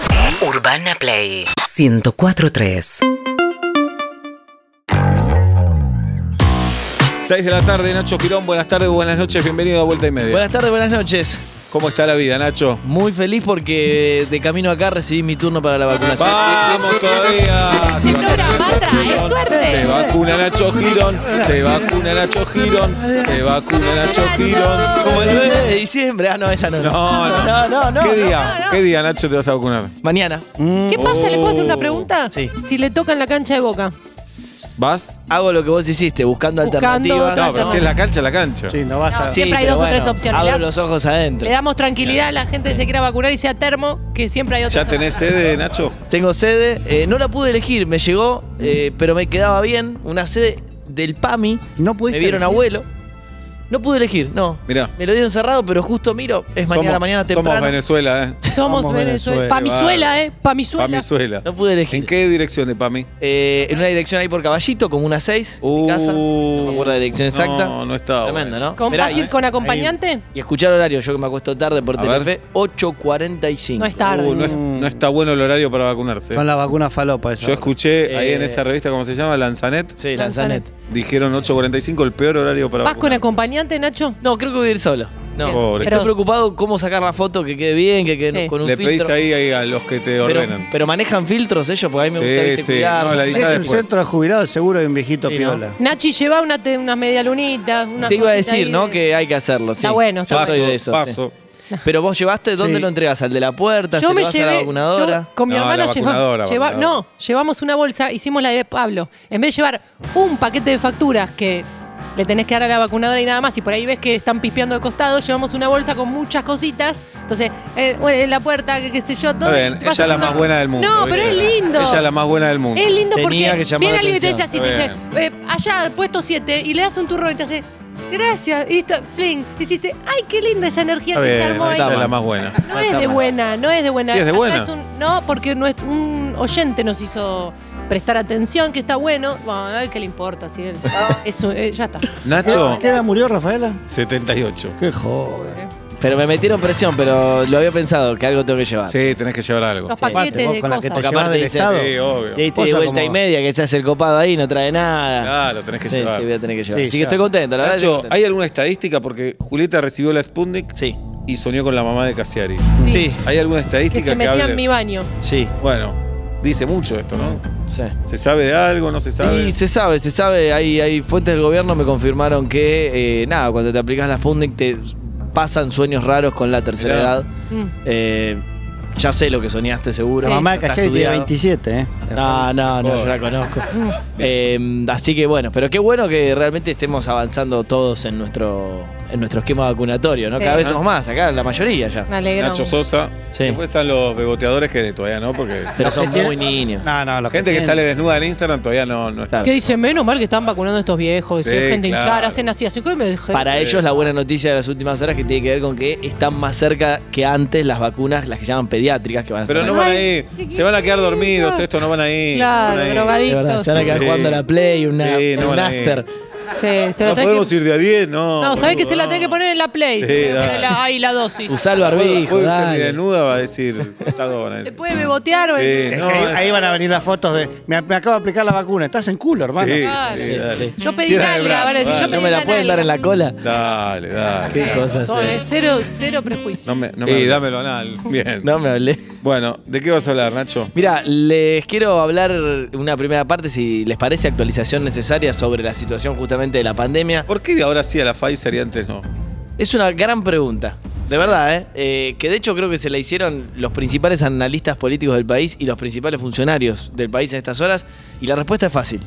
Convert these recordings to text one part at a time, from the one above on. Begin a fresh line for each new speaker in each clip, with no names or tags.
Play. Urbana Play 1043.
6 de la tarde, Nacho Quirón. Buenas tardes, buenas noches, bienvenido a Vuelta y Media.
Buenas tardes, buenas noches.
¿Cómo está la vida, Nacho?
Muy feliz porque de camino acá recibí mi turno para la vacunación.
¡Vamos todavía! Se
Señora,
vacuna Nacho
Patra,
Quirón,
es suerte.
Se vacuna Nacho Girón, se vacuna Nacho Girón, se vacuna Nacho Girón.
Como el 9 de diciembre. Ah, no, esa no.
No, no.
no, no. no,
¿Qué
no.
día? ¿Qué día, Nacho, te vas a vacunar?
Mañana.
¿Qué pasa? ¿Le puedo hacer una pregunta?
Sí.
Si le tocan la cancha de boca.
¿Vas?
Hago lo que vos hiciste, buscando,
Buscando
alternativas.
otra
No, pero si es la cancha, la cancha.
Sí, no vas
No,
a.
sí. Siempre hay
pero
dos o tres opciones.
Abro
La-
los ojos adentro.
Le damos tranquilidad a la gente que se quiera vacunar y sea termo, que siempre hay otra.
¿Ya tenés sede, Nacho?
Tengo sede. eh, no la pude elegir, me llegó, eh, pero me quedaba bien. Una sede del PAMI.
No pudiste
Me vieron
elegir.
abuelo. No pude elegir, no.
Mirá.
Me lo dieron cerrado, pero justo miro. Es mañana,
Somos-
mañana
Somos
temprano.
Venezuela, ¿eh?
Somos
Vamos,
Venezuela.
Venezuela.
Pamizuela, ¿eh? Pamizuela.
Pamizuela.
no pude elegir.
¿En qué dirección de Pami?
Eh, en una dirección ahí por caballito, como una 6.
Uh,
casa. No me acuerdo la dirección exacta.
No, no estaba.
Tremendo,
bueno.
¿no?
¿Con,
Mirá,
¿Vas a
eh,
ir
y,
con acompañante?
y escuchar horario, yo que me acuesto tarde por
A ver.
Telefe, 8.45.
No es tarde.
Uh, no, es- no está bueno el horario para vacunarse.
Son las vacunas falopa esas.
Yo escuché ahí en
Eh,
esa revista, ¿cómo se llama? Lanzanet.
Sí, Lanzanet.
Dijeron 8.45, el peor horario para
¿Vas con
vacunarse.
acompañante, Nacho?
No, creo que voy a ir solo. No,
Bien. Pobre.
estoy
Pero-
preocupado cómo sacar la foto que quede bien, que quede
Sí.
con un
Le pedís
filtro.
ahí, ahí a los que te
pero,
ordenan.
pero manejan filtros ellos, porque a mí me
Sí,
gusta viste,
sí.
cuidar.
No, la
Si
edita
es un
después.
centro de jubilados, seguro hay un viejito
Sí, ¿no?
piola.
Nachi, lleva una te- unas medialunitas. una
Te iba a
cosita
decir,
ahí
¿no?
de-
Que hay que hacerlo. sí.
Está bueno, está
Yo
paso,
soy de eso.
paso.
Pero vos llevaste, ¿dónde
Sí.
lo entregas? ¿Al de la puerta?
Yo
¿Se
me
lo vas
llevé.
a la vacunadora?
yo con mi
No,
hermana
la
lleva-
vacunadora,
lleva-
vacunadora.
No, llevamos una bolsa, hicimos la de Pablo. En vez de llevar un paquete de facturas que le tenés que dar a la vacunadora y nada más, y por ahí ves que están pispeando de costado, llevamos una bolsa con muchas cositas. Entonces, eh, bueno, en la puerta, qué, qué sé yo, todo.
Está bien,
Vas
ella es la
haciendo-
más buena del mundo.
No,
¿viste?
pero es lindo.
Ella es la más buena del mundo.
Es
Tenía
lindo
que
porque
llamar
viene
la
alguien y te dice así,
atención.
te dice,
Está
eh, allá, puesto 7, y le das un turrón y te hace, gracias, y listo, fling, hiciste, ay, qué linda esa energía
Está
que
bien,
se armó ahí.
ella es la más buena.
No es de buena, no es de buena.
Ah, Sí, es de
Acá
buena.
un- no, porque no es- un oyente nos hizo prestar atención, que está bueno. Bueno, a él que le importa, si él- eso, eh, ya está.
Nacho,
¿Qué edad murió Rafaela?
78.
Qué joven.
Pero me metieron presión, pero lo había pensado, que algo tengo que llevar.
Sí, tenés que llevar algo.
Los
Sí,
Aparte,
paquetes
vos
de
con la que te
cosas.
Porque
llevas
aparte
del
dice-
Estado.
Sí, obvio.
Y viste,
Vos
de
sos
vuelta
como-
y media, que se hace el copado ahí, no trae nada.
Claro, tenés que
sí,
llevar.
sí, voy a tener que llevar.
Sí,
Así que
ya.
estoy contento, la verdad. estoy
Nacho,
contento.
¿hay alguna estadística? Porque Julieta recibió la Sputnik
Sí.
y soñó con la mamá de Cassiari.
Sí,
Sí,
¿Hay alguna
que
estadística
se
que,
metía
hable?
en mi baño.
sí,
Bueno, dice mucho esto, ¿no?
sí.
¿Se sabe de algo? ¿No se sabe?
Y se sabe, se sabe. Hay, hay fuentes del gobierno me confirmaron que, eh, nada, cuando te aplicas la Sputnik te pasan sueños raros con la tercera
Mirá.
edad.
Mm.
Eh, ya sé lo que soñaste, seguro.
Sí.
La mamá de
Está
Cassiari tiene
estudiado.
27, ¿eh?
No, no, no,
Pobre.
yo la conozco. Eh, así que bueno, pero qué bueno que realmente estemos avanzando todos en nuestro, en nuestro esquema vacunatorio, ¿no?
Sí.
Cada vez somos más, acá la mayoría ya.
Me alegro.
Nacho Sosa.
Sí.
Después están los beboteadores que todavía no, porque
Pero son
que tiene-
muy niños.
No, no, los
gente que
tienen-
sale desnuda en Instagram todavía no, no está.
que dicen, menos mal que están vacunando a estos viejos,
Sí,
decían, gente
claro.
hinchada, hacen así, así que me dejé.
Para ellos la buena noticia de las últimas horas que tiene que ver con que están más cerca que antes las vacunas, las que llaman pediátricas, que van a ser...
Pero no
más-
van a ir. Se van a quedar dormidos, esto no van a ir. no
Claro,
van a ir.
De verdad,
drogadictos.
se van a quedar
Sí.
jugando a la Play, una,
Sí, no
un
van a ir.
Aster.
Sí, se lo
No
tenés
podemos
que...
ir de a 10, no.
No, sabés que
boludo,
se la
no.
tenés que poner en la Play.
Sí,
se tiene que
dale.
poner la- ahí la dosis.
Usá el
Puedo-
barbijo,
puedo irse
dale.
ni desnuda, va a decir. Está todo, van a
¿Se
decir.
puede bebotear o
Sí,
Es
no, eh,
que ahí,
es-
ahí van a venir las fotos de. Me, me acabo de aplicar la vacuna. Estás en culo, hermano.
Sí,
Claro.
sí, dale.
Sí.
Ah, Yo pedí
Cierra el
nalga,
brazo,
van a decir, yo
dale.
pedí
¿No me la
una
pueden dar en la
nalga.
cola?
Dale, dale.
Qué cosa
Son,
sea.
eh, cero, cero prejuicio.
No me, no
Sí,
me dámelo anal. Bien.
No me hablé.
Bueno, ¿de qué vas a hablar, Nacho?
Mira, les quiero hablar una primera parte, si les parece actualización necesaria sobre la situación justamente de la pandemia.
¿Por qué ahora sí a la Pfizer y antes no?
Es una gran pregunta, de verdad, ¿eh? Eh, que de hecho creo que se la hicieron los principales analistas políticos del país y los principales funcionarios del país en estas horas, y la respuesta es fácil,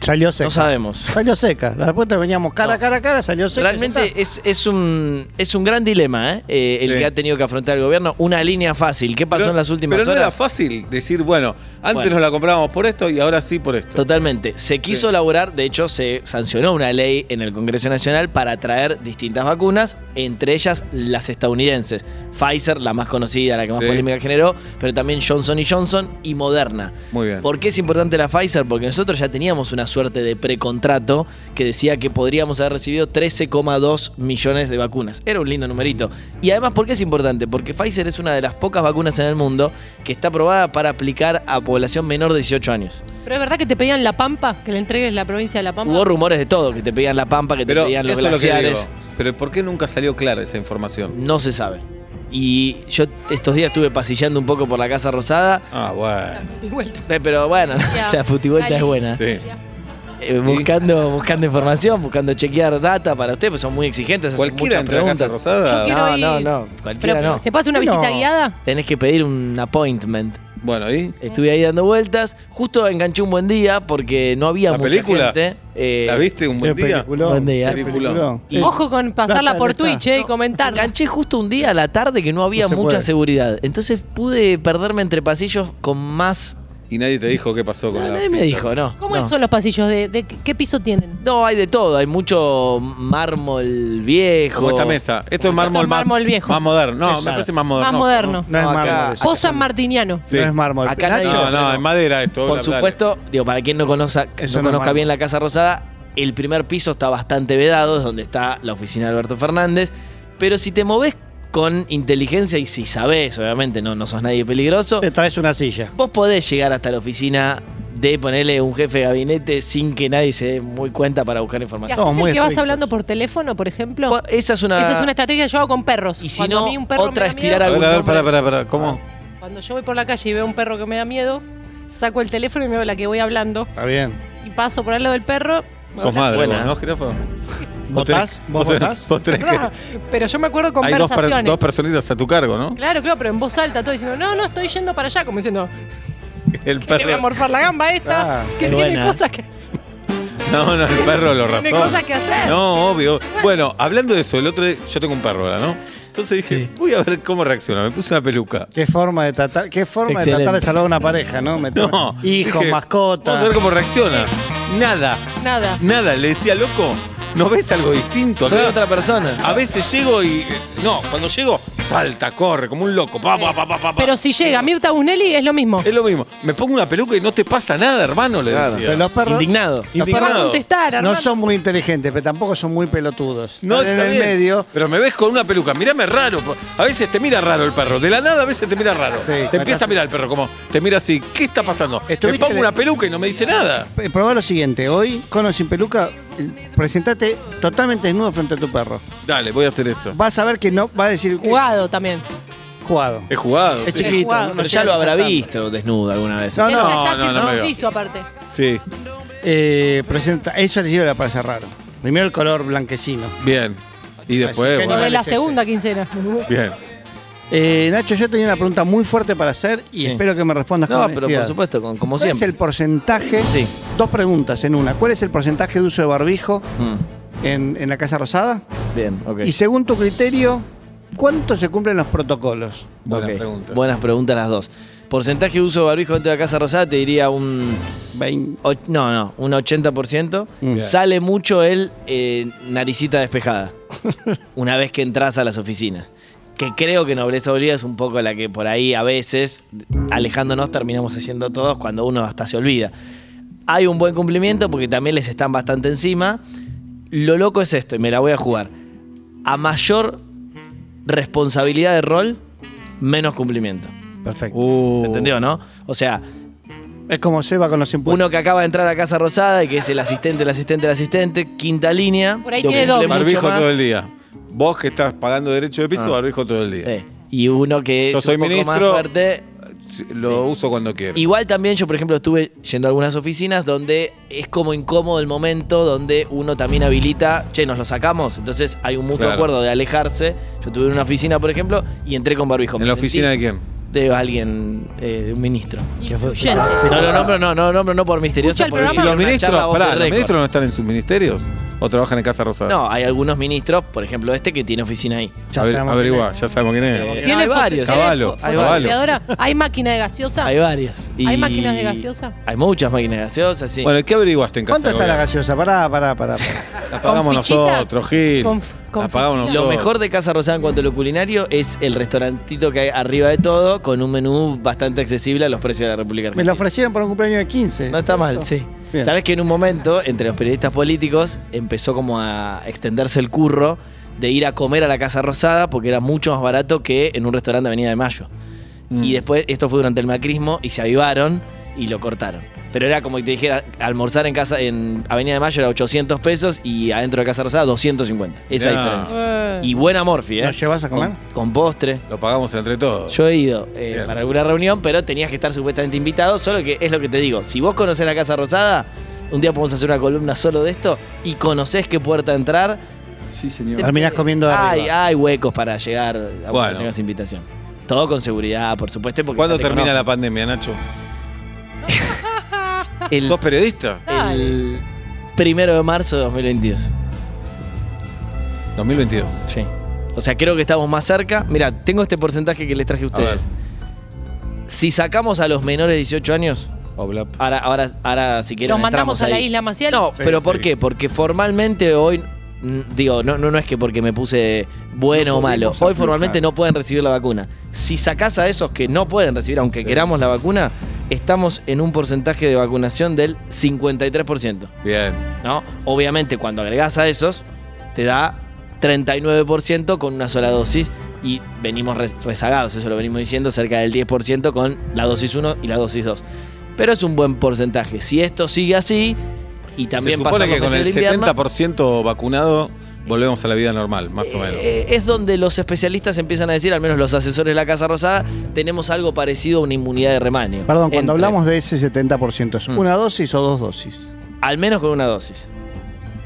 Salió seca.
no sabemos.
Salió seca. La respuesta veníamos cara,
No.
cara, cara, salió seca. ya
Realmente es,
está.
es un, es un gran dilema ¿eh? Eh, el
Sí.
que ha tenido que afrontar el gobierno, una línea fácil. ¿Qué pasó
Pero-
en las últimas
Pero no era
horas?
fácil decir, bueno, antes
Bueno.
nos la comprábamos por esto y ahora sí por esto.
Totalmente. Se quiso elaborar, de hecho, se sancionó una ley en el Congreso Nacional para traer distintas vacunas, entre ellas las estadounidenses. Pfizer, la más conocida, la que más
Sí.
polémica generó, pero también Johnson Johnson y Moderna.
Muy bien.
¿Por qué es importante la Pfizer? Porque nosotros ya teníamos una suerte de precontrato que decía que podríamos haber recibido 13,2 millones de vacunas. Era un lindo numerito. Y además, ¿por qué es importante? Porque Pfizer es una de las pocas vacunas en el mundo que está aprobada para aplicar a población menor de 18 años.
Pero es verdad que te pedían La Pampa, que le entregues la provincia de La Pampa.
Hubo rumores de todo, que te pedían la pampa, que te
Pero
pedían los
eso es lo que
glaciares.
digo. Pero ¿por qué nunca salió clara esa información?
No se sabe. Y yo estos días estuve pasillando un poco por la Casa Rosada.
Ah, bueno.
De vuelta.
Eh, Pero bueno,
Ya.
la futivuelta
Dale.
es buena.
Sí.
Eh, buscando, buscando información, buscando chequear data para ustedes, pues son muy exigentes. hacen
Cualquiera
muchas
entra a Casa
preguntas.
Yo
Rosada.
quiero
No,
ir.
no, no, cualquiera
Pero,
no.
¿Se puede hacer una visita
No.
guiada?
Tenés que pedir un appointment.
Bueno, ¿y?
Estuve ahí dando vueltas. Justo enganché un buen día porque no había
¿La
mucha
película?
gente. Eh,
¿La viste un buen
Qué
día?
peliculón,
Buen día.
qué
Peliculón.
peliculón.
Y-
Ojo con pasarla
No está,
por
no
Twitch eh, y comentarla.
Enganché justo un día a la tarde que no había
No se
mucha
puede.
seguridad. Entonces pude perderme entre pasillos con más.
Y nadie te dijo qué pasó con la.
Nadie me
Pfizer.
dijo, no.
¿Cómo
no.
son los pasillos? ¿De, de qué- qué piso tienen?
No, hay de todo. Hay mucho mármol viejo.
Como esta mesa. Esto es mármol más.
mármol viejo.
Más moderno. No, me
Claro.
parece más moderno.
Más moderno.
No es
No, acá-
mármol. eso.
O San Martiniano.
Sí.
No es mármol.
Acá
Nacho,
nadie-
No, no, es madera esto.
Por
bla, bla,
supuesto, digo, para quien no conozca,
Eso
no
no es
conozca
malo.
bien la Casa Rosada, el primer piso está bastante vedado, es donde está la oficina de Alberto Fernández. Pero si te moves con inteligencia y si sabes, obviamente, no, no sos nadie peligroso,
te traes una silla.
vos podés llegar hasta la oficina de ponerle un jefe de gabinete sin que nadie se dé muy cuenta para buscar
¿Y
información.
No,
haces el
muy
que vas
estrictos.
hablando por teléfono, por ejemplo?
Bueno, Esa es una.
Esa es una estrategia que yo hago con perros.
Y si
Cuando
no,
a mí un perro me
otra
da
es tirar
A
miedo,
ver, a ver,
Algún
pará, pará, pará. ¿Cómo?
Cuando yo voy por la calle y veo un perro que me da miedo, saco el teléfono y me veo la que voy hablando
Está bien.
y paso por al lado del perro. me
Sos
habla-
madre,
buena.
vos, ¿no, Girafo?
¿Votás? ¿Vos votás?
Vos tenés que.
Pero yo me acuerdo
Hay dos, per-
conversaciones.
dos personitas a tu cargo, ¿no?
Claro, claro, pero en voz alta, todo diciendo, no, no, estoy yendo para allá, como diciendo,
El
le voy a
perro.
morfar la gamba a esta,
Ah,
que
es
tiene
buena.
cosas que hacer.
No, no, el perro lo
Tiene
razón.
cosas que hacer.
No, obvio. Bueno, hablando de eso, el otro día, yo tengo un perro ahora, ¿no? Entonces dije, voy a ver cómo reacciona. Me puse una peluca.
Qué forma de tratar, qué forma de tratar de
Excelente.
salvar a una pareja, ¿no? Meter-
No.
Hijo,
dije,
mascota.
Vamos a ver cómo reacciona. Nada,
Nada.
nada. Le decía, loco, ¿no ves algo distinto?
Soy
acá?"
otra persona.
A veces llego y. No, cuando llego, salta, corre, como un loco. Pa, pa, pa, pa, pa, pa.
Pero si llega Mirta Busnelli, es lo mismo.
Es lo mismo. Me pongo una peluca y no te pasa nada, hermano, le
Claro.
decía.
Pero los perros
Indignado.
los
Te va a
indignado.
contestar,
no
Armando.
son muy inteligentes, pero tampoco son muy pelotudos. Están en
está
el
bien,
medio.
Pero me ves con una peluca, mirame raro. po- A veces te mira raro el perro. De la nada a veces te mira raro.
Sí,
te empieza
acá-
a mirar el perro como, te mira así, ¿qué está pasando? Me
Estuviste
pongo
de-
una peluca y no me dice nada.
Eh, Probá lo siguiente, hoy, con o sin peluca, eh, presentate totalmente desnudo frente a tu perro.
Dale, voy a hacer eso.
Vas a ver que no, va a decir eh,
Jugado también.
jugado.
He jugado.
Es
sí.
chiquito.
jugado.
no
Pero
llega
ya lo
a
habrá
saltar.
visto desnudo alguna vez.
No,
Él
no,
ya está
no, no me veo.
circunciso, aparte.
Sí,
Eh, presenta, eso les lleva para cerrar. Primero el color blanquecino.
bien. Y después,
Así que
bueno,
Lo de la
Adolescente.
segunda quincena.
bien.
Eh, Nacho, yo tenía una pregunta muy fuerte para hacer y
Sí.
espero que me respondas
No,
con
pero por
honestidad.
supuesto, con- como
¿Cuál es
siempre.
el porcentaje?
Sí.
Dos preguntas en una. ¿Cuál es el porcentaje de uso de barbijo en, en la Casa Rosada?
Mm, Bien, ok.
Y según tu criterio, ¿cuánto se cumplen los protocolos?
Buena
Ok,
pregunta.
Buenas preguntas las dos. Porcentaje de uso de barbijo dentro de la Casa Rosada te diría un...
Vein-
och- No, no, un 80%.
Bien.
Sale mucho el eh, naricita despejada una vez que entras a las oficinas. Que creo que Nobleza Obliga es un poco la que por ahí a veces, alejándonos, terminamos haciendo todos cuando uno hasta se olvida. Hay un buen cumplimiento porque también les están bastante encima. Lo loco es esto, y me la voy a jugar. A mayor responsabilidad de rol, menos cumplimiento.
Perfecto.
¿Se entendió, no? O sea,
Es como se va con los impuestos.
uno que acaba de entrar a Casa Rosada y que es el asistente, el asistente, el asistente, quinta línea.
Por ahí
lo
tiene
cumple
doble.
mucho
Barbijo
más.
todo el día. Vos que estás pagando derecho de piso,
Ah.
barbijo todo el día.
Sí. Y uno que
Yo
es
soy
un poco más
ministro.
fuerte.
Sí, Lo uso cuando quiero.
Igual también yo, por ejemplo, estuve yendo a algunas oficinas donde es como incómodo el momento donde uno también habilita, che, nos lo sacamos. Entonces hay un mutuo
Claro.
acuerdo de alejarse. Yo tuve en una oficina, por ejemplo, y entré con barbijo.
¿En la oficina de quién?
de... alguien, eh, de un ministro.
Influyente.
No lo nombro, no, no lo nombro, no por misterioso.
Escucha el
porque
programa.
Si los
hicieron una
ministros,
charla off
pará,
the
¿los
record.
ministros no están en sus ministerios? ¿O trabajan en Casa Rosada?
No, hay algunos ministros, por ejemplo este, que tiene oficina ahí.
Ya
Aver-
sabemos
averigua,
quién
ya sabemos quién es.
Eh,
¿Tiene
hay
fo-
varios.
tiene
Caballo,
fo-
hay
fotocopiadora? ¿Hay máquina de gaseosa?
Hay varias.
Ah, ¿Hay máquinas de gaseosa?
Hay muchas máquinas de gaseosa, sí.
Bueno, ¿y ¿qué averiguaste en Casa
¿Cuánto está la
Rosada?
gaseosa? Pará, pará, pará. pará.
La pagamos
¿Con fichita?
nosotros, Gil.
Con f- con
la pagamos
fichita.
nosotros.
Lo mejor de Casa Rosada en cuanto a lo culinario es el restaurantito que hay arriba de todo, con un menú bastante accesible a los precios de la República
Me
Argentina.
la ofrecieron para un cumpleaños de 15.
No está mal,
¿cierto?
sí.
Bien.
Sabes que en un momento, entre los periodistas políticos, empezó como a extenderse el curro de ir a comer a la Casa Rosada porque era mucho más barato que en un restaurante de Avenida de Mayo.
Mm.
Y después, esto fue durante el macrismo y se avivaron y lo cortaron. Pero era como que te dijera, almorzar en casa en Avenida de Mayo era 800 pesos y adentro de Casa Rosada 250. Esa
Mirá.
diferencia.
Eh.
Y buena Morphy, ¿eh?
¿Nos llevas a comer?
Con, con postre.
Lo pagamos entre todos.
Yo he ido eh,
Bien.
para alguna reunión, pero tenías que estar supuestamente invitado, solo que es lo que te digo. Si vos conocés la Casa Rosada, un día podemos hacer una columna solo de esto y conocés qué puerta entrar.
Sí, señor.
Terminás comiendo de
Hay,
arriba.
hay huecos para llegar a
Bueno.
que tengas invitación. Todo con seguridad, por supuesto, porque
¿Cuándo
ya te
termina la
conocen.
pandemia, Nacho?
El-
¿Sos periodista?
el primero de marzo de 2022.
2022.
Sí. O sea, creo que estamos más cerca. Mira, tengo este porcentaje que les traje a
A ver.
ustedes. Si sacamos a los menores de 18 años,
Oblap.
ahora, ahora, ahora si quieren
Los mandamos
entramos
a la
ahí.
isla Maciel.
No,
Sí,
pero
sí.
¿por qué? Porque formalmente hoy, mm, digo, no, no, no es que porque me puse bueno
No
o malo,
podemos
hoy formalmente
aflojar.
no pueden recibir la vacuna. Si sacás a esos que no pueden recibir, aunque queramos la vacuna, estamos en un porcentaje de vacunación del 53%,
Bien.
¿no? Obviamente cuando agregás a esos, te da 39% con una sola dosis y venimos res- rezagados, eso lo venimos diciendo, cerca del 10% con la dosis 1 y la dosis 2. Pero es un buen porcentaje. Si esto sigue así y también
Se supone
pasamos
que con
hacia
el
el invierno,
70% vacunado volvemos a la vida normal, más o menos.
eh, es donde los especialistas empiezan a decir, al menos los asesores de la Casa Rosada, tenemos algo parecido a una inmunidad de remanio.
Perdón,
Entre-
cuando hablamos de ese 70%, ¿es
Mm.
una dosis o dos dosis?
Al menos con una dosis.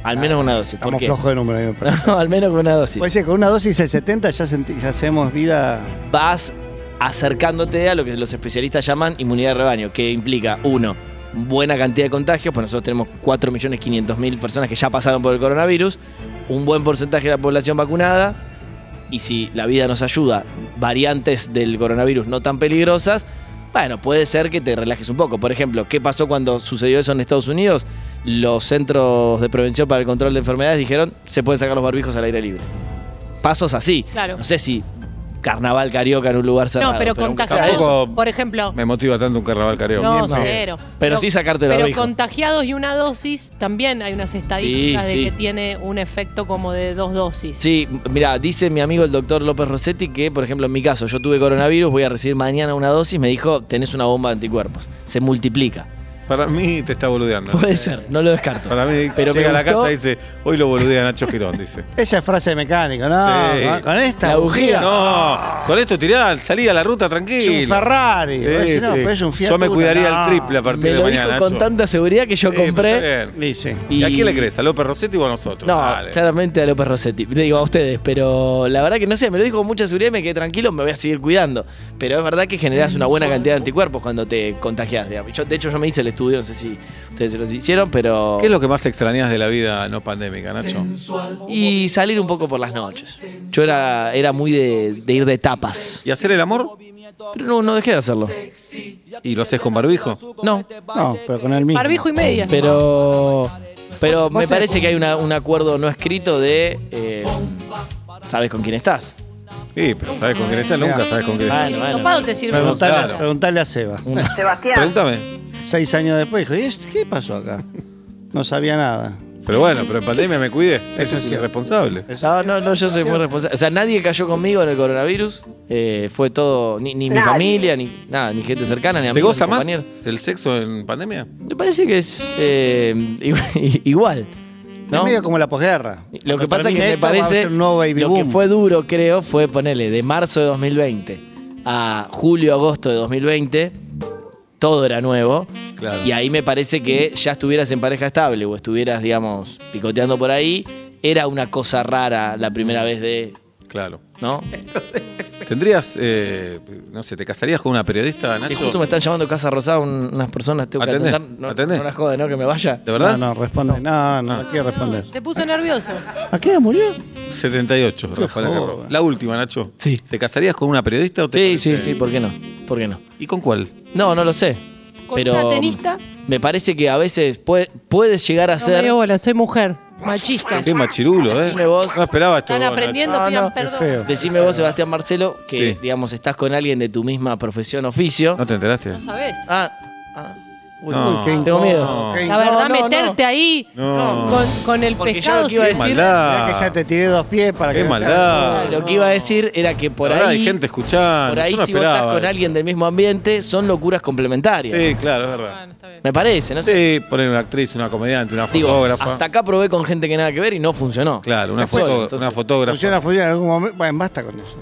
Al menos una dosis. ¿Por
Ah, Estamos
qué?
flojos de número. a mí me parece.
No, al menos con una dosis.
Puede ser, con una dosis el 70 ya, senti- ya hacemos vida.
Vas acercándote a lo que los especialistas llaman inmunidad de rebaño, que implica, uno, buena cantidad de contagios, pues nosotros tenemos 4.500.000 personas que ya pasaron por el coronavirus, un buen porcentaje de la población vacunada, y si la vida nos ayuda, variantes del coronavirus no tan peligrosas, bueno, puede ser que te relajes un poco. Por ejemplo, ¿qué pasó cuando sucedió eso en Estados Unidos? Los centros de prevención para el control de enfermedades dijeron, se pueden sacar los barbijos al aire libre. Pasos así.
Claro.
No sé si carnaval carioca en un lugar cerrado.
no, pero
aunque sea
contagiados,
eso.
Tampoco-
por ejemplo.
Me motiva tanto un carnaval carioca.
No,
no.
cero.
Pero sí sacarte el
Pero
barbijo.
contagiados y una dosis, también hay unas estadísticas
Sí,
de
sí.
que tiene un efecto como de dos dosis.
Sí, mira, dice mi amigo el doctor López Rossetti que, por ejemplo, en mi caso, yo tuve coronavirus, voy a recibir mañana una dosis, me dijo, tenés una bomba de anticuerpos. Se multiplica.
Para mí te está boludeando.
Puede ser, no lo descarto.
Para mí
Pero
llega a la
me gustó.
casa y dice, hoy lo boludea Nacho Girón, dice.
Esa es frase de mecánico, ¿no?
Sí.
con- Con esta
La bujía.
bujía.
No, con esto tirá, salí a la ruta tranquilo.
Es un Ferrari.
Sí,
Vos decís, no,
sí.
pero es un Fiat
Yo me
Uno,
cuidaría
no.
el triple a partir
Me
de
lo
mañana.
dijo con
Nacho.
tanta seguridad que yo
Sí,
compré.
Eh, pero está bien.
Dice.
¿Y a quién le crees? ¿A López Rossetti o a nosotros?
No,
Dale.
claramente a López Rossetti. Digo a ustedes, pero la verdad que no sé, me lo dijo con mucha seguridad y me quedé tranquilo, me voy a seguir cuidando. Pero es verdad que generas una buena cantidad de anticuerpos cuando te contagias. digamos. Yo- de hecho, yo me hice el estudio, no sé si ustedes se los hicieron, pero.
¿Qué es lo que más extrañas de la vida no pandémica, Nacho?
Y salir un poco por las noches. Yo era, era muy de, de ir de tapas.
¿Y hacer el amor?
Pero no, no dejé de hacerlo.
¿Y lo haces con barbijo?
No.
No, pero con el mismo.
Barbijo y media.
Pero. Pero
Vos
me
te-
parece que hay una- un acuerdo no escrito de. eh, sabes con quién estás.
Sí, pero ¿sabes con quién estás? Nunca sabes con quién estás.
Bueno,
el
bueno,
hisopado
bueno.
te sirve. mucho.
Preguntale,
Claro.
preguntale a Seba.
Pregúntame.
Seis años después dijo, ¿y esto qué pasó acá? No sabía nada.
Pero bueno, pero en pandemia me cuidé. Este es
cierto.
irresponsable.
No, no, no, yo soy muy responsable. O sea, nadie cayó conmigo en el coronavirus. Eh, fue todo, ni, ni mi familia, ni nada, ni gente cercana, ni
¿Se
amigos,
goza
ni
más
compañeros.
el sexo en pandemia?
Me parece que es eh, igu- igual. ¿no?
Es medio como la posguerra.
Lo que
Cuando
pasa es que
termine
me
esto, va a
parece.
ser un nuevo baby
lo que
boom.
fue duro, creo, fue ponerle de marzo de 2020 a julio, agosto de 2020. Todo era nuevo.
Claro.
Y ahí me parece que ya estuvieras en pareja estable o estuvieras, digamos, picoteando por ahí. Era una cosa rara la primera vez de.
Claro.
¿No?
¿Tendrías, eh, no sé, te casarías con una periodista,
Si
Nacho?
justo me están llamando Casa Rosada un- unas personas, tengo que
Atendé,
atender. No,
atendé.
no la jode, ¿no? Que me vaya.
¿De verdad?
No, no, responde. No, no,
Ah.
no quiero responder.
Se puso nervioso.
¿A qué edad murió?
78, Rafael
joda.
Carro. La última, Nacho.
Sí.
¿Te casarías con una periodista o te
Sí, sí,
parece-
sí, ¿por qué no? ¿Por qué no?
¿Y con cuál?
No, no lo sé.
¿Con
Pero
una tenista?
me parece que a veces puede- puedes llegar a
No me
ser.
dio bola, soy mujer. Machista.
Qué machirulo, ¿eh?
Decime vos.
No esperaba esto.
Están
vos, Nacho.
aprendiendo,
Ah,
pidan
no, qué
perdón.
feo.
Decime vos, Sebastián Marcelo, que
Sí.
digamos estás con alguien de tu misma profesión, oficio.
¿No te enteraste?
No sabés.
Ah, ah.
Uy,
No.
qué
Tengo miedo.
incómodo, qué
La
incómodo.
verdad,
No, no,
meterte ahí
No.
con, con el
Porque yo
pescado.
lo que iba a
sí.
Qué
decir-
no.
maldad.
Ya que ya te tiré dos pies para
Qué
que.
maldad.
Lo que iba a decir era que por
Ahora
ahí,
hay gente escuchando.
por ahí
Yo no
si vos estás
esperaba
con
esto.
alguien del mismo ambiente, son locuras complementarias.
Sí, claro, es verdad.
Ah, no, está bien.
Me parece, no sé.
Sí, poner una actriz, una comediante, una
Digo,
fotógrafa.
hasta acá probé con gente que nada que ver y no funcionó.
Claro, una,
Solo,
foto-
entonces,
una fotógrafa.
Funciona, funciona. En algún momento. Bueno, basta con eso.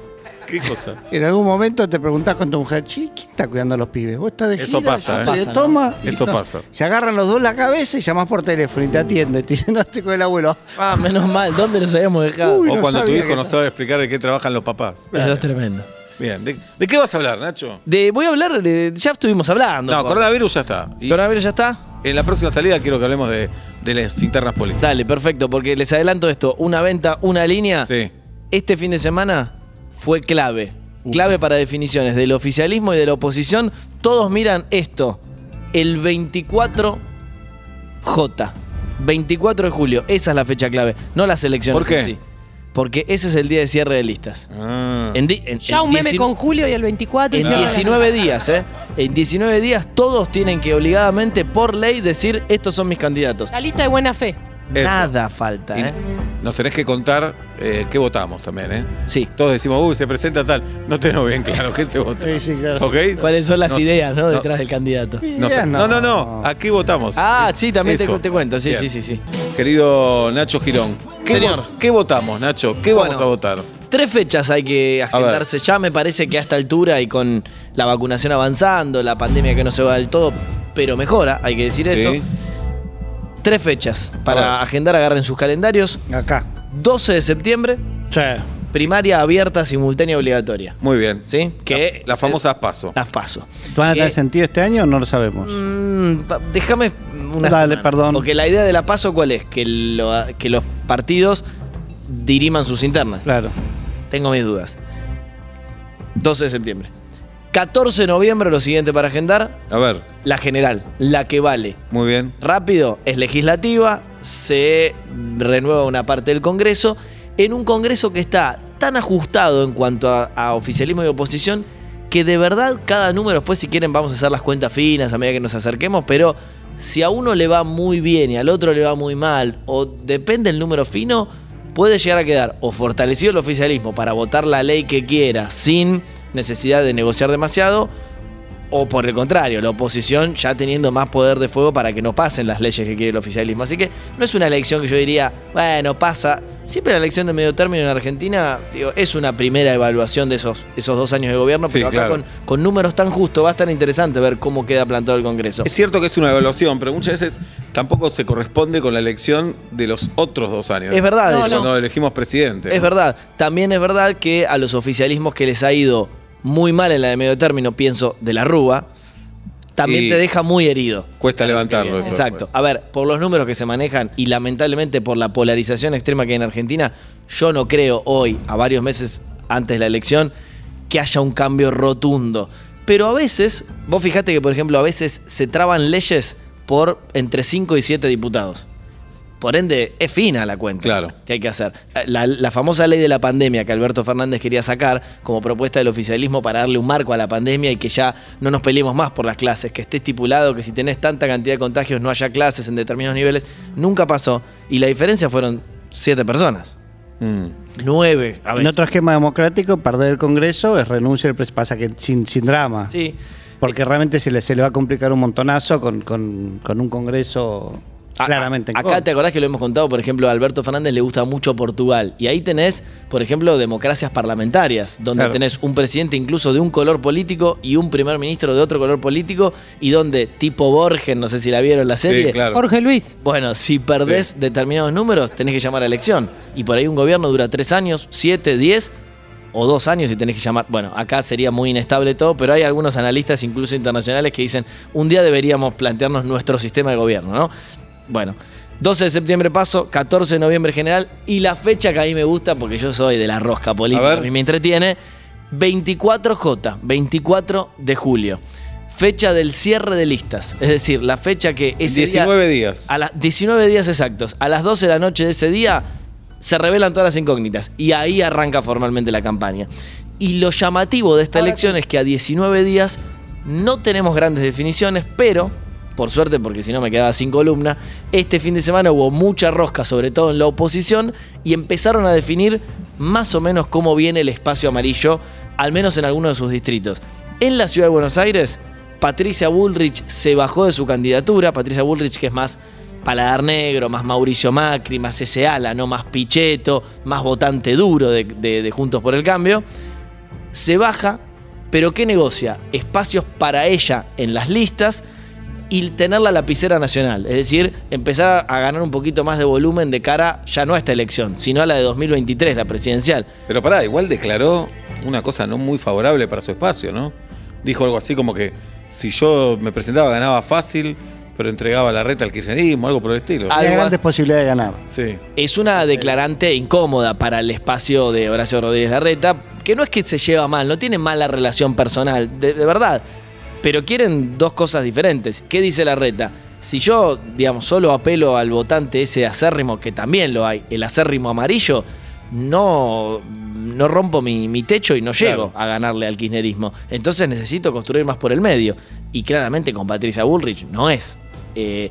¿Qué cosa?
En algún momento te preguntás con tu mujer, "Chi, ¿quién está cuidando a los pibes? Vos estás de
Eso
gira,
pasa,
te
¿eh?
le
Pasa, ¿no?
toma. y
Eso
no.
pasa.
Se agarran los dos la cabeza y llamás por teléfono y te atiende. Y te dicen, no, estoy con el abuelo.
Ah, menos mal, ¿dónde los habíamos dejado? Oh,
Uy,
o
no
cuando tu
sabía
hijo
que
no
ta-
sabe explicar de qué trabajan los papás.
Eso es tremendo.
Bien, ¿de, de qué vas a hablar, Nacho?
De, voy a hablar, de, ya estuvimos hablando.
No,
Por-
coronavirus ya está. Y
¿Coronavirus ya está?
en la próxima salida quiero que hablemos de, de las internas políticas.
Dale, perfecto, porque les adelanto esto, una venta, una línea.
Sí.
Este fin de semana fue clave.
Uh.
Clave para definiciones del oficialismo y de la oposición. Todos miran esto. El 24J. 24 de julio. Esa es la fecha clave. No las elecciones.
¿Por qué?
en sí. Porque ese es el día de cierre de listas.
Ah.
En di- en-
Ya
en
un meme
19
con Julio y el 24. y
en
cierra la-
19 días, ¿eh? En 19 días todos tienen que obligadamente, por ley, decir estos son mis candidatos.
La lista de buena fe.
Eso.
Nada falta,
Y
¿eh?
Nos tenés que contar eh, qué votamos también, ¿eh?
Sí.
Todos decimos, uy, se presenta tal. No tenemos bien claro qué se vota.
Sí, sí, claro.
¿Ok?
¿Cuáles son las
No sé,
ideas, no?
no.
Detrás del candidato.
No, sé.
Ya
no, no, no. ¿A qué votamos?
Ah, sí, también te,
Eso.
cu- te cuento. Sí,
Bien.
sí, sí, sí.
Querido Nacho Girón. ¿qué,
Señor.
vo- ¿Qué votamos, Nacho? ¿Qué vamos
Bueno.
a votar?
Tres fechas hay que agendarse ya. Me parece que a esta altura y con la vacunación avanzando, la pandemia que no se va del todo, pero mejora, hay que decir eso.
Sí.
Tres fechas para
ver.
agendar, agarren sus calendarios.
Acá.
12 de septiembre, primaria abierta simultánea obligatoria.
Muy bien.
¿Sí? Que
Las famosas paso.
Las paso.
¿Van a tener
Eh,
sentido este año o no lo sabemos?
Mm, pa- Déjame una
Dale, perdón.
Porque la idea de la paso, ¿cuál es? Que, lo- que los partidos diriman sus internas.
Claro.
Tengo mis dudas. 12 de septiembre. 14 de noviembre, lo siguiente para agendar,
A ver,
la general, la que vale.
muy bien.
Rápido, es legislativa, se renueva una parte del Congreso, en un Congreso que está tan ajustado en cuanto a, a oficialismo y oposición, que de verdad cada número, después si quieren vamos a hacer las cuentas finas a medida que nos acerquemos, pero si a uno le va muy bien y al otro le va muy mal, o depende el número fino, puede llegar a quedar o fortalecido el oficialismo para votar la ley que quiera sin necesidad de negociar demasiado, o por el contrario, la oposición ya teniendo más poder de fuego para que no pasen las leyes que quiere el oficialismo. Así que no es una elección que yo diría, bueno, pasa. Siempre la elección de medio término en Argentina digo, es una primera evaluación de esos, esos dos años de gobierno,
Sí,
pero acá
claro.
con, con números tan justos va a estar interesante ver cómo queda plantado el Congreso.
Es cierto que es una evaluación, pero muchas veces tampoco se corresponde con la elección de los otros dos años.
Es verdad
No,
eso.
Cuando elegimos presidente.
Es verdad. También es verdad que a los oficialismos que les ha ido muy mal en la de medio término, pienso de la Rúa, también
Y
te deja muy herido.
Cuesta levantarlo eso,
Exacto.
pues.
A ver, por los números que se manejan y lamentablemente por la polarización extrema que hay en Argentina, yo no creo hoy, a varios meses antes de la elección, que haya un cambio rotundo. Pero a veces, vos fijate que, por ejemplo, a veces se traban leyes por entre 5 y 7 diputados. Por ende, es fina la cuenta
Claro.
que hay que hacer. La, la famosa ley de la pandemia que Alberto Fernández quería sacar como propuesta del oficialismo para darle un marco a la pandemia y que ya no nos peleemos más por las clases, que esté estipulado que si tenés tanta cantidad de contagios no haya clases en determinados niveles, nunca pasó. Y la diferencia fueron siete personas.
Mm.
Nueve a
En
veces.
otro esquema democrático, perder el Congreso es renuncia al presidente. Pasa que sin, sin drama.
Sí.
Porque realmente se le, se le va a complicar un montonazo con, con- con un Congreso
Ah,
A-
claramente en
a- Acá
contra.
te acordás que lo hemos contado, por ejemplo, a Alberto Fernández le gusta mucho Portugal. Y ahí tenés, por ejemplo, democracias parlamentarias, donde
Claro.
tenés un presidente incluso de un color político y un primer ministro de otro color político, y donde tipo Borges, no sé si la vieron la serie.
Sí, claro.
Jorge Luis.
Bueno, si perdés
Sí.
determinados números, tenés que llamar a elección. Y por ahí un gobierno dura tres años, siete, diez o dos años y tenés que llamar. Bueno, acá sería muy inestable todo, pero hay algunos analistas, incluso internacionales, que dicen un día deberíamos plantearnos nuestro sistema de gobierno, ¿no? Bueno, 12 de septiembre paso, 14 de noviembre general y la fecha que a mí me gusta, porque yo soy de la rosca política,
A
a,
ver.
mí me entretiene, 24J, 24 de julio. Fecha del cierre de listas, es decir, la fecha que ese día-
19 días.
a las 19 días exactos, a las 12 de la noche de ese día, se revelan todas las incógnitas. Y ahí arranca formalmente la campaña. Y lo llamativo de esta elección es que a 19 días no tenemos grandes definiciones, pero por suerte porque si no me quedaba sin columna, este fin de semana hubo mucha rosca, sobre todo en la oposición, y empezaron a definir más o menos cómo viene el espacio amarillo, al menos en algunos de sus distritos. En la ciudad de Buenos Aires, Patricia Bullrich se bajó de su candidatura, Patricia Bullrich que es más Paladar Negro, más Mauricio Macri, más ese ala, no más Pichetto, más votante duro de- de- de Juntos por el Cambio se baja, pero ¿qué negocia? Espacios para ella en las listas y tener la lapicera nacional. Es decir, empezar a ganar un poquito más de volumen de cara ya no a esta elección, sino a la de 2023, la presidencial.
Pero pará, igual declaró una cosa no muy favorable para su espacio, ¿no? Dijo algo así como que si yo me presentaba ganaba fácil, pero entregaba la reta al kirchnerismo, algo por el estilo.
Ah.
Hay
Algo
grandes
as-
posibilidades de ganar.
Sí.
Es una declarante incómoda para el espacio de Horacio Rodríguez Larreta, que no es que se lleva mal, no tiene mala relación personal, de, de verdad. Pero quieren dos cosas diferentes. ¿Qué dice Larreta? Si yo, digamos, solo apelo al votante ese acérrimo, que también lo hay, el acérrimo amarillo, no, no rompo mi, mi techo y no llego a ganarle al kirchnerismo. Entonces necesito construir más por el medio. Y claramente con Patricia Bullrich no es. Eh,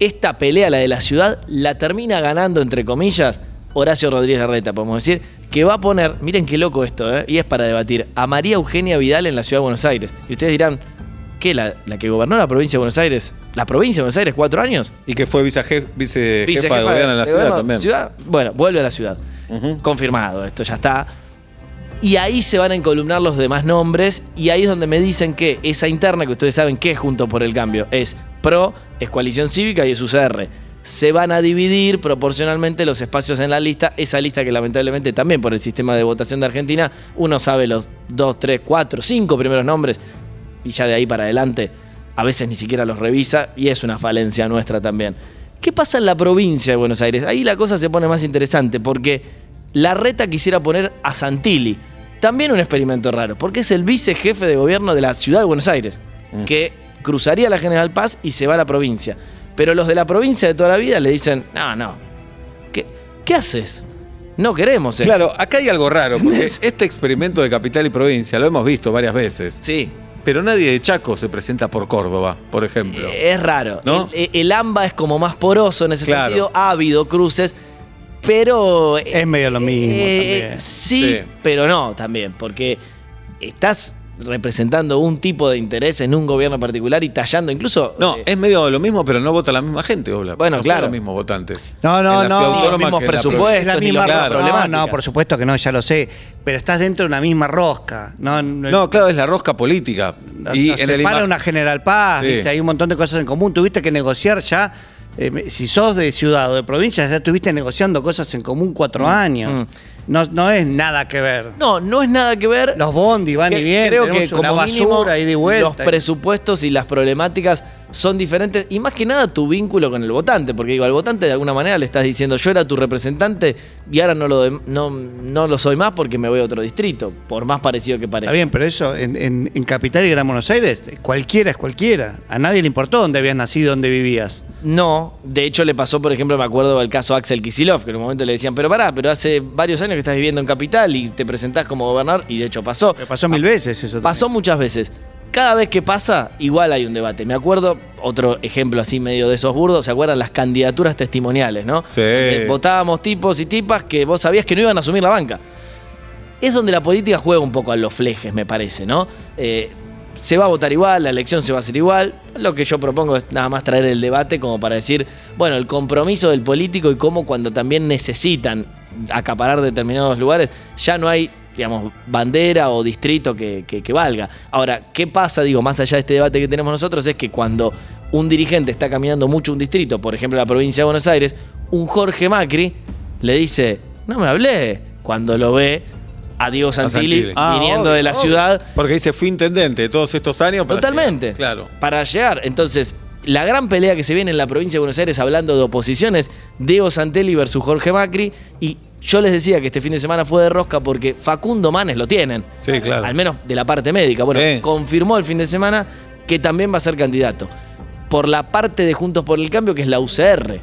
esta pelea, la de la ciudad, la termina ganando, entre comillas, Horacio Rodríguez Larreta, podemos decir, que va a poner, miren qué loco esto, ¿eh? y es para debatir, a María Eugenia Vidal en la ciudad de Buenos Aires. Y ustedes dirán, ¿qué? ¿La, la que gobernó la provincia de Buenos Aires? ¿La provincia de Buenos Aires cuatro años?
Y que fue vicejefa
Vicejefa
de gobierno en la
de
ciudad
gobierno,
también.
ciudad. bueno, vuelve a la ciudad.
Ujú.
Confirmado, esto ya está. Y ahí se van a encolumnar los demás nombres y ahí es donde me dicen que esa interna que ustedes saben que es Juntos por el Cambio, es PRO, es Coalición Cívica y es UCR. Se van a dividir proporcionalmente los espacios en la lista, esa lista que lamentablemente también por el sistema de votación de Argentina, uno sabe los 2, 3, 4, 5 primeros nombres y ya de ahí para adelante a veces ni siquiera los revisa y es una falencia nuestra también. ¿Qué pasa en la provincia de Buenos Aires? Ahí la cosa se pone más interesante porque la reta quisiera poner a Santilli. También un experimento raro, porque es el vicejefe de gobierno de la ciudad de Buenos Aires, que cruzaría la General Paz y se va a la provincia. Pero los de la provincia de toda la vida le dicen, no, no, ¿qué, qué haces? No queremos. esto".
Claro, acá hay algo raro, porque este experimento de capital y provincia lo hemos visto varias veces.
Sí,
Pero nadie de Chaco se presenta por Córdoba, por ejemplo.
Es raro.
¿No?
El, el AMBA es como más poroso en ese
Claro.
sentido. Ha habido cruces, pero. eh,
Es medio lo mismo también.
sí,
Sí.
pero no también, porque estás representando un tipo de interés en un gobierno particular y tallando incluso.
No,
eh,
es medio lo mismo, pero no vota la misma gente, Obla.
Bueno,
no son
claro.
los mismos votantes.
No, no,
En la
no.
ciudad autónoma
Los mismos
que en la
presupuestos.
provincia.
Es la
ni
misma
lo-
rosca.
claro.
No,
problemáticas.
no, por supuesto que no, ya lo sé. Pero estás dentro de una misma rosca. No, no,
No, claro, es la rosca política.
nos-
y
nos
en el
separa
ima-
una General Paz,
Sí.
¿viste? hay un montón de cosas en común. Tuviste que negociar ya, eh, si sos de ciudad o de provincia, ya estuviste negociando cosas en común cuatro
Mm,
años. No, no es nada que ver.
no, no es nada que ver.
Los bondi van
Que
y vienen,
Creo que
tenemos una
como mínimo,
basura ida y de vuelta.
los presupuestos y las problemáticas son diferentes y más que nada tu vínculo con el votante, porque digo, al votante de alguna manera le estás diciendo, yo era tu representante y ahora no lo, de- no, no lo soy más porque me voy a otro distrito, por más parecido que
Está
parezca.
bien, pero eso en, en- en Capital y Gran Buenos Aires, cualquiera es cualquiera. A nadie le importó dónde habías nacido, dónde vivías.
No, de hecho le pasó, por ejemplo, me acuerdo del caso Axel Kisilov, que en un momento le decían, pero pará, pero hace varios años que estás viviendo en Capital y te presentás como gobernador y de hecho pasó.
Me pasó mil veces eso.
Pasó muchas veces. Cada vez que pasa, igual hay un debate. Me acuerdo, otro ejemplo así medio de esos burdos, ¿se acuerdan las candidaturas testimoniales, no?
Sí.
Donde Votábamos tipos y tipas que vos sabías que no iban a asumir la banca. Es donde la política juega un poco a los flejes, me parece, ¿no? Eh, se va a votar igual, la elección se va a hacer igual. Lo que yo propongo es nada más traer el debate como para decir, bueno, el compromiso del político y cómo cuando también necesitan acaparar determinados lugares, ya no hay, digamos, bandera o distrito que, que- que valga. Ahora, ¿qué pasa, digo, más allá de este debate que tenemos nosotros? Es que cuando un dirigente está caminando mucho un distrito, por ejemplo la provincia de Buenos Aires, un Jorge Macri le dice, no me hablé, cuando lo ve a Diego Santilli,
Santilli.
Ah,
viniendo
obvio,
de la
obvio.
ciudad,
Porque dice, fui intendente de todos estos años. para
Totalmente.
llegar". Claro.
Para llegar. Entonces, la gran pelea que se viene en la provincia de Buenos Aires hablando de oposiciones, Diego Santelli versus Jorge Macri. Y yo les decía que este fin de semana fue de rosca porque Facundo Manes lo tienen.
Sí, claro.
Al menos de la parte médica. Bueno,
Sí.
confirmó el fin de semana que también va a ser candidato. Por la parte de Juntos por el Cambio, que es la UCR.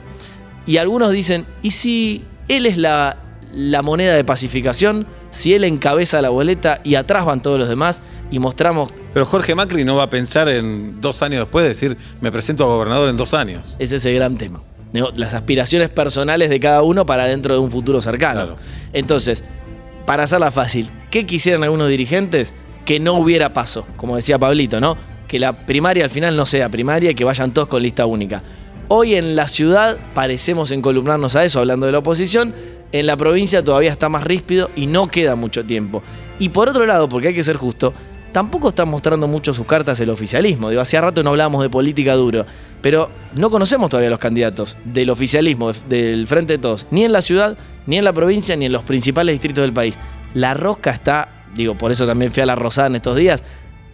Y algunos dicen, ¿y si él es la, la moneda de pacificación? Si él encabeza la boleta y atrás van todos los demás y mostramos
Pero Jorge Macri no va a pensar en dos años después decir, me presento a gobernador en dos años.
Ese es el gran tema. Digo, Las aspiraciones personales de cada uno para dentro de un futuro cercano.
Claro.
Entonces, para hacerla fácil, ¿qué quisieran algunos dirigentes? Que no hubiera paso, como decía Pablito, ¿no? Que la primaria al final no sea primaria y que vayan todos con lista única. Hoy en la ciudad parecemos encolumnarnos a eso, hablando de la oposición. En la provincia todavía está más ríspido y no queda mucho tiempo. Y por otro lado, porque hay que ser justo, tampoco está mostrando mucho sus cartas el oficialismo. Digo, hacía rato no hablábamos de política duro, pero no conocemos todavía los candidatos del oficialismo, de- del Frente de Todos, ni en la ciudad, ni en la provincia, ni en los principales distritos del país. La rosca está, digo, por eso también fui a la Rosada en estos días,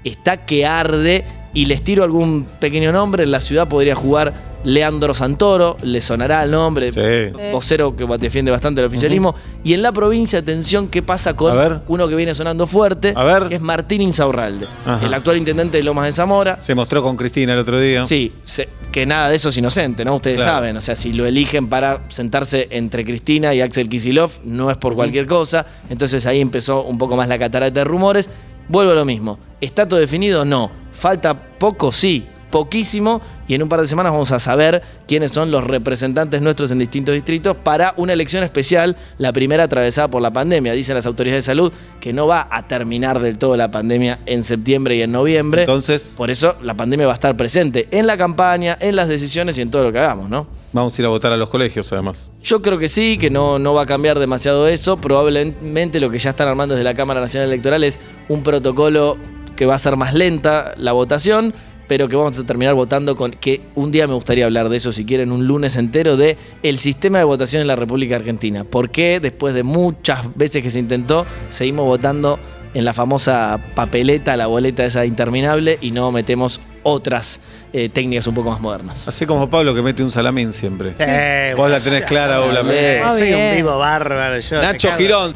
está que arde y les tiro algún pequeño nombre. En la ciudad podría jugar Leandro Santoro, le sonará el nombre,
Sí.
vocero que defiende bastante el oficialismo. Y en la provincia, atención, ¿qué pasa con
A ver.
uno que viene sonando fuerte?
A ver.
Que es Martín Insaurralde,
Ajá.
el actual intendente de Lomas de Zamora.
Se mostró con Cristina el otro día.
Sí, se- que nada de eso es inocente, ¿no? Ustedes
Claro.
saben, o sea, si lo eligen para sentarse entre Cristina y Axel Kisilov, no es por cualquier cosa. Entonces ahí empezó un poco más la catarata de rumores. Vuelvo a lo mismo. ¿Está todo definido? No. Falta poco, sí, poquísimo. Y en un par de semanas vamos a saber quiénes son los representantes nuestros en distintos distritos para una elección especial, la primera atravesada por la pandemia. Dicen las autoridades de salud que no va a terminar del todo la pandemia en septiembre y en noviembre.
Entonces,
Por eso la pandemia va a estar presente en la campaña, en las decisiones y en todo lo que hagamos, ¿no?
vamos a ir a votar a los colegios además.
Yo creo que sí, que no, no va a cambiar demasiado eso. Probablemente lo que ya están armando desde la Cámara Nacional Electoral es un protocolo que va a ser más lenta la votación, pero que vamos a terminar votando con. que un día me gustaría hablar de eso, si quieren, un lunes entero, de el sistema de votación en la República Argentina. ¿Por qué después de muchas veces que se intentó, seguimos votando en la famosa papeleta, la boleta esa interminable, y no metemos otras eh, técnicas un poco más modernas?
Así como Pablo que mete un salamín siempre.
Eh,
Vos la tenés clara, vos la
Eh,
Soy
bien.
un vivo bárbaro. Yo,
Nacho
Ricardo.
Girón.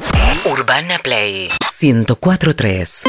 Urbana Play 1043